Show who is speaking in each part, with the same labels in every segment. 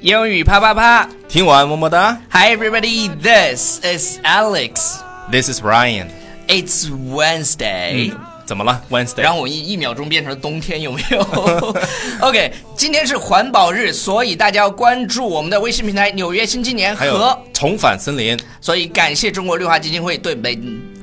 Speaker 1: 英语啪啪啪
Speaker 2: 听完么么哒
Speaker 1: ！Hi everybody, this is Alex.
Speaker 2: ，This is Ryan。
Speaker 1: It's Wednesday.、
Speaker 2: 怎么了？Wednesday？
Speaker 1: 让我一一秒钟变成冬天，有没有 ？OK，今天是环保日，所以大家要关注我们的微信平台《纽约新青年》
Speaker 2: 还
Speaker 1: 和
Speaker 2: 有，重返森林，
Speaker 1: 所以感谢中国绿化基金会对本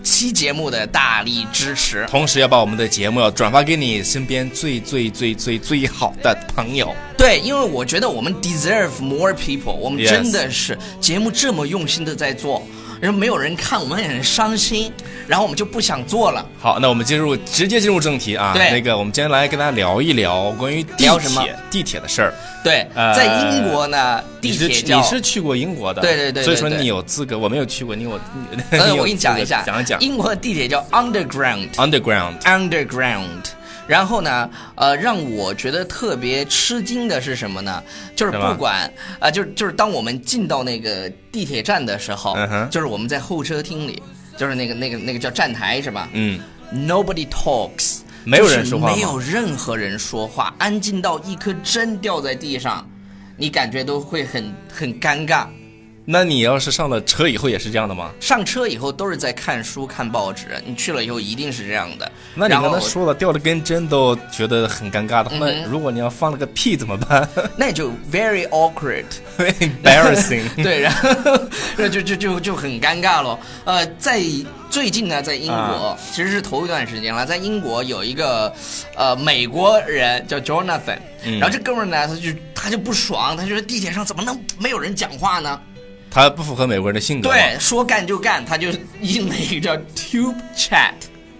Speaker 1: 期节目的大力支持。
Speaker 2: 同时要把我们的节目要转发给你身边最最最最最好的朋友。
Speaker 1: 对，因为我觉得我们 deserve more people，我们
Speaker 2: Yes
Speaker 1: 真的是节目这么用心的在做，然后没有人看，我们很伤心，然后我们就不想做了。
Speaker 2: 好，那我们进入直接进入正题啊。
Speaker 1: 对
Speaker 2: 那个我们今天来跟大家聊一聊关于地
Speaker 1: 聊什么
Speaker 2: 铁地铁的事儿。
Speaker 1: 对，
Speaker 2: 呃
Speaker 1: 在英国呢，地铁
Speaker 2: 你是
Speaker 1: 叫
Speaker 2: 你是去过英国的，
Speaker 1: 对对对对
Speaker 2: 所以说
Speaker 1: 对
Speaker 2: 你有资格，我没有去过，你 有你有
Speaker 1: 呃，
Speaker 2: 有
Speaker 1: 我给你讲一
Speaker 2: 资
Speaker 1: 下，
Speaker 2: 格讲一讲哦
Speaker 1: 英国的地铁叫 Underground。
Speaker 2: Underground。
Speaker 1: Underground。然后呢，呃，让我觉得特别吃惊的是什么呢？就是
Speaker 2: 什么
Speaker 1: 不管，呃，就是就是当我们进到那个地铁站的时候，
Speaker 2: 嗯哼
Speaker 1: 就是我们在候车厅里，就是那个那个那个叫站台是吧？
Speaker 2: 嗯，
Speaker 1: Nobody talks，
Speaker 2: 没有
Speaker 1: 就是
Speaker 2: 人说话吗
Speaker 1: 没有任何人说话，安静到一颗针掉在地上，你感觉都会很很尴尬。
Speaker 2: 那你要是上了车以后也是这样的吗？
Speaker 1: 上车以后都是在看书、看报纸，你去了以后一定是这样的。
Speaker 2: 那你
Speaker 1: 然
Speaker 2: 刚
Speaker 1: 后嗯
Speaker 2: 才说了掉了根针都觉得很尴尬的话，那如果你要放了个屁怎 么办
Speaker 1: 那就 very awkward，
Speaker 2: ？Embarrassing。
Speaker 1: 对，然后 那就就就就很尴尬咯。呃，在最近呢，在英国、
Speaker 2: 啊
Speaker 1: 其实是头一段时间了，在英国有一个呃美国人叫 Jonathan，、然后
Speaker 2: 嗯
Speaker 1: 这哥们儿呢，他就他就不爽，他觉得地铁上怎么能没有人讲话呢？
Speaker 2: 他不符合美国人的性格。
Speaker 1: 对，，说干就干，他就 印了一个叫 Tube Chat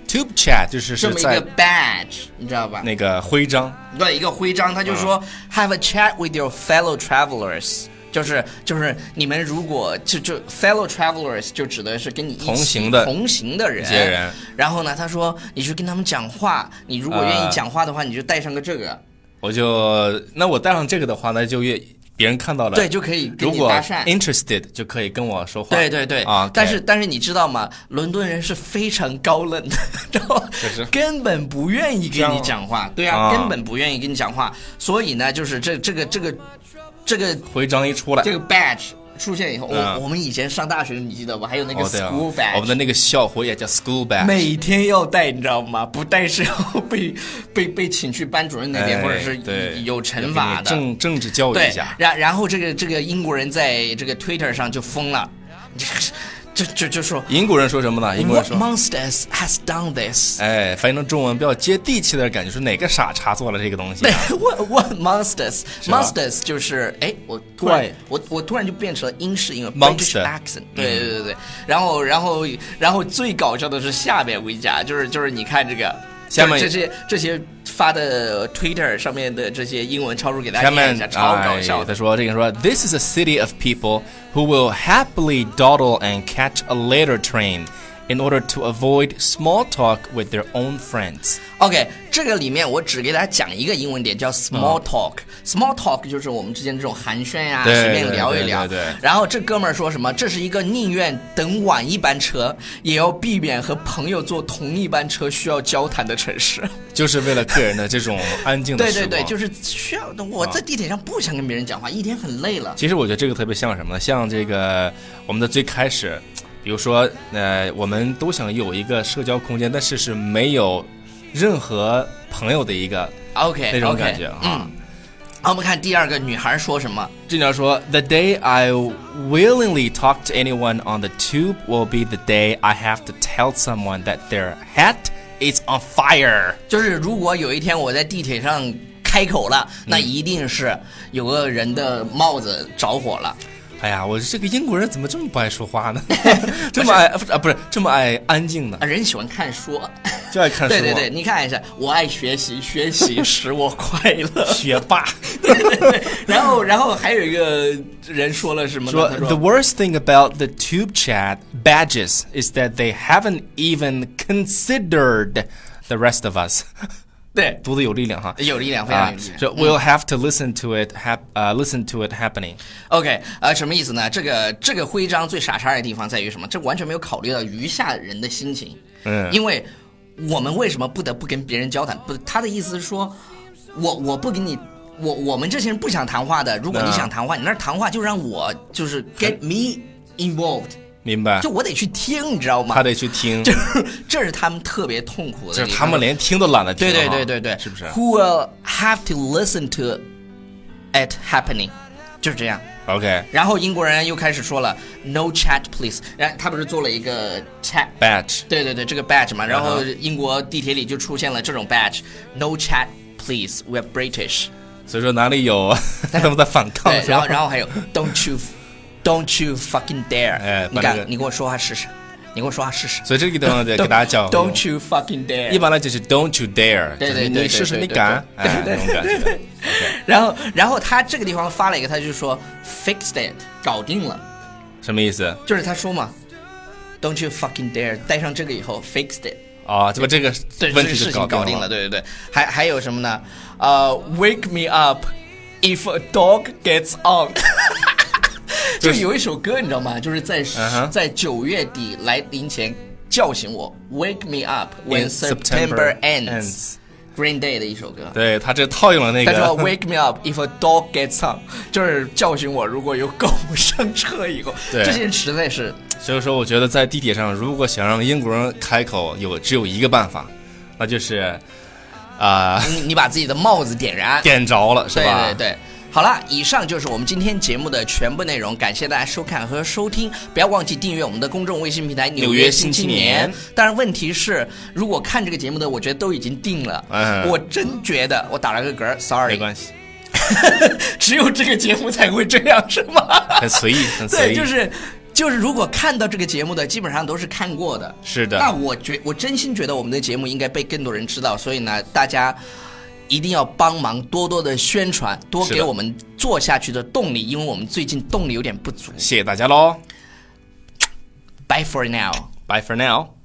Speaker 2: Tube Chat 就是
Speaker 1: 这
Speaker 2: 是
Speaker 1: 么一个
Speaker 2: 在
Speaker 1: badge，你知道吧？
Speaker 2: 那个徽章，
Speaker 1: 对，一个徽章，他就说、Have
Speaker 2: 嗯
Speaker 1: a chat with your fellow travelers。就是就是你们如果就就 fellow travelers 就指的是跟你一起
Speaker 2: 同行的
Speaker 1: 同行的人，
Speaker 2: 一些人
Speaker 1: 然后呢，他说你去跟他们讲话，你如果愿意
Speaker 2: 啊
Speaker 1: 讲话的话，你就带上个这个，
Speaker 2: 我就那我戴上这个的话，那就越别人看到了，
Speaker 1: 对，就可以跟
Speaker 2: 如
Speaker 1: 你
Speaker 2: 果
Speaker 1: 搭讪。
Speaker 2: interested 就可以跟我说话。
Speaker 1: 对对对
Speaker 2: 啊，
Speaker 1: 但是但是你知道吗？伦敦人是非常高冷的，知道吗
Speaker 2: 确实
Speaker 1: 根本不愿意跟你讲话。对啊，
Speaker 2: 啊
Speaker 1: 根本不愿意跟你讲话。所以呢，就是这这个这个这个
Speaker 2: 徽章一出来，
Speaker 1: 这个 badge 出现以后，我
Speaker 2: 嗯
Speaker 1: 我们以前上大学，你记得吧？还有那个
Speaker 2: 哦对啊
Speaker 1: school，badge，、
Speaker 2: 我们的那个校徽也叫 school badge。
Speaker 1: 每天要带，你知道吗？不 带是要被被被请去班主任那边，
Speaker 2: 哎
Speaker 1: 或者是
Speaker 2: 对
Speaker 1: 有惩罚
Speaker 2: 要给
Speaker 1: 的。
Speaker 2: 你政政治教育
Speaker 1: 对
Speaker 2: 一下，。
Speaker 1: 然然后这个这个英国人在这个 Twitter 上就疯了， 就就就说
Speaker 2: 英国人说什么呢？英国人
Speaker 1: What
Speaker 2: 说。
Speaker 1: monsters has done this？
Speaker 2: 哎，翻译成中文比较接地气的感觉，是哪个傻叉做了这个东西
Speaker 1: 对
Speaker 2: 啊？
Speaker 1: ，What What
Speaker 2: 是吧
Speaker 1: monsters？monsters 就是哎，我突然
Speaker 2: 怪
Speaker 1: 我我突然就变成了英式英文 British
Speaker 2: Monster 嗯
Speaker 1: accent，对对对对。然后然后然后最搞笑的是下面回家，就是就是你看这个。
Speaker 2: 下面
Speaker 1: 就是这些这些发的 Twitter 上面的这些英文超叔给大家
Speaker 2: 他
Speaker 1: 念
Speaker 2: 们
Speaker 1: 一下，哎超搞笑
Speaker 2: 哎
Speaker 1: 的
Speaker 2: 他。说这个说，This is a city of people who will happily dawdle and catch a later train in order to avoid small talk with their own friends。
Speaker 1: OK，这个里面我只给大家讲一个英文点，叫 small talk。small talk 就是我们之间这种寒暄呀、
Speaker 2: 嗯对
Speaker 1: 随便聊一聊。
Speaker 2: 对对对对
Speaker 1: 然后这哥们儿说什么？这是一个宁愿等晚一班车，也要避免和朋友坐同一班车需要交谈的城 市。
Speaker 2: 就是为了个人的这种安静的
Speaker 1: 对
Speaker 2: 时
Speaker 1: 对
Speaker 2: 光。
Speaker 1: 对，就是需要。我在地铁上不想跟别人讲话，一天很累了。
Speaker 2: 其实我觉得这个特别像什么呢？像这个我们的最开始，比如说，呃，我们都想有一个社交空间，但是是没有任何朋友的一个
Speaker 1: OK，
Speaker 2: 那种
Speaker 1: OK，
Speaker 2: 感觉啊。
Speaker 1: 嗯，好，我们看第二个女孩说什么。
Speaker 2: 这条说：“The day I willingly talk to anyone on the tube will be the day I have to tell someone that their hat is on fire。
Speaker 1: 就是如果有一天我在地铁上开口了，那
Speaker 2: 嗯
Speaker 1: 一定是有个人的帽子着火了。”
Speaker 2: 哎呀，我这个英国人怎么这么不爱说话 呢？这么爱啊，不是这么爱安静呢
Speaker 1: 啊，？人喜欢看书，
Speaker 2: 就爱看书。啊
Speaker 1: 对对对，，你看一下，我爱学习，学习使我快 乐。
Speaker 2: 学霸
Speaker 1: 然后，然后还有一个人说了什么呢？
Speaker 2: 说
Speaker 1: 他
Speaker 2: ：“The worst thing about the tube chat badges is that they haven't even considered the rest of us。”
Speaker 1: 对，
Speaker 2: 读的有力量哈。
Speaker 1: 有力量，非常
Speaker 2: 啊
Speaker 1: 有力量。，
Speaker 2: 说 we'll have to listen to it hap 呃 listen to it happening。
Speaker 1: OK，呃，什么意思呢？这个这个徽章最傻叉的地方在于什么？这完全没有考虑到余下人的心情。
Speaker 2: 嗯
Speaker 1: 因为我们为什么不得不跟别人交谈？不，他的意思是说，我我不跟你我我们这些人不想谈话的，如果你
Speaker 2: 嗯
Speaker 1: 想谈话，你那儿谈话就让我就是 get me involved，
Speaker 2: 明白
Speaker 1: 就？我得去听，你知道
Speaker 2: 他
Speaker 1: 吗？
Speaker 2: 得去听，
Speaker 1: 这这是他们特别痛苦的地
Speaker 2: 就
Speaker 1: 方，
Speaker 2: 是他们连听都懒得听
Speaker 1: 对
Speaker 2: 了
Speaker 1: 对对
Speaker 2: 哈，
Speaker 1: 对对，
Speaker 2: 是不是？
Speaker 1: ？Who will have to listen to it happening？就是这样。
Speaker 2: OK，batch
Speaker 1: 然后英国人又开始说了 “No chat, please”，然他不是做了一个 chat。对对对，这个 badge 嘛，然
Speaker 2: 嗯
Speaker 1: 后英国地铁里就出现了这种 badge，No chat please, we're British。
Speaker 2: 所以说哪里有 他们在反抗
Speaker 1: 对，
Speaker 2: 是
Speaker 1: 然后
Speaker 2: 吧？
Speaker 1: 然后还有 Don't you, Don't you fucking dare！
Speaker 2: 哎
Speaker 1: 你
Speaker 2: 把那
Speaker 1: 敢
Speaker 2: 个
Speaker 1: 你跟我说话试试，你跟我说话试试。
Speaker 2: 所以这个地方得给大家讲
Speaker 1: Don't you fucking
Speaker 2: 一
Speaker 1: dare！
Speaker 2: 般来就是 Don't you dare，
Speaker 1: 对对
Speaker 2: 就是
Speaker 1: 对
Speaker 2: 你
Speaker 1: 对
Speaker 2: 你试试
Speaker 1: 对
Speaker 2: 你
Speaker 1: 对
Speaker 2: 敢，
Speaker 1: 对
Speaker 2: 哎，那种感觉。
Speaker 1: 然后然后他这个地方发了一个，他就说 Fixed it，搞定了。
Speaker 2: 什么意思？
Speaker 1: 就是他说嘛，Don't you fucking dare！带上这个以后，fixed it，
Speaker 2: 啊，这不这个
Speaker 1: 对，
Speaker 2: 问
Speaker 1: 这个
Speaker 2: 题
Speaker 1: 事
Speaker 2: 就
Speaker 1: 情搞定
Speaker 2: 定
Speaker 1: 了，。对对对。还还有什么呢？呃、w a k e me up if a dog gets on 。就有一首歌，你知道吗？就是在、
Speaker 2: 嗯哼
Speaker 1: 在九月底来临前叫醒我，Wake me up when
Speaker 2: In
Speaker 1: September
Speaker 2: September
Speaker 1: ends
Speaker 2: ends。
Speaker 1: Green Day 的一首歌，
Speaker 2: 对他这套用了那
Speaker 1: 他说
Speaker 2: 个，
Speaker 1: “Wake me up if a dog gets on”，就是 叫醒我，如果有狗上车以后，
Speaker 2: 对
Speaker 1: 这些人实在是
Speaker 2: 所以说我觉得在地铁上，如果想让英国人开口，有只有一个办法，那就是啊、
Speaker 1: 你你把自己的帽子点燃，
Speaker 2: 点着了是
Speaker 1: 对
Speaker 2: 吧？
Speaker 1: 对对。好了，以上就是我们今天节目的全部内容，感谢大家收看和收听，不要忘记订阅我们的公众微信平台《纽
Speaker 2: 纽约
Speaker 1: 新
Speaker 2: 新
Speaker 1: 青
Speaker 2: 青年
Speaker 1: 当然，问题是，如果看这个节目的，我觉得都已经定了，
Speaker 2: 嗯
Speaker 1: 我真觉得我打了个嗝儿
Speaker 2: 没
Speaker 1: ，sorry，
Speaker 2: 关系，
Speaker 1: 只有这个节目才会这样，是吗？
Speaker 2: 很随意，很随
Speaker 1: 对，
Speaker 2: 意，
Speaker 1: 就是就是，如果看到这个节目的，基本上都是看过的，
Speaker 2: 是的
Speaker 1: 那我觉我真心觉得我们的节目应该被更多人知道，所以呢，大家一定要帮忙多多的宣传，多
Speaker 2: 是的
Speaker 1: 给我们做下去的动力，因为我们最近动力有点不足。
Speaker 2: 谢谢大家喽
Speaker 1: Bye for now。
Speaker 2: ，Bye for now。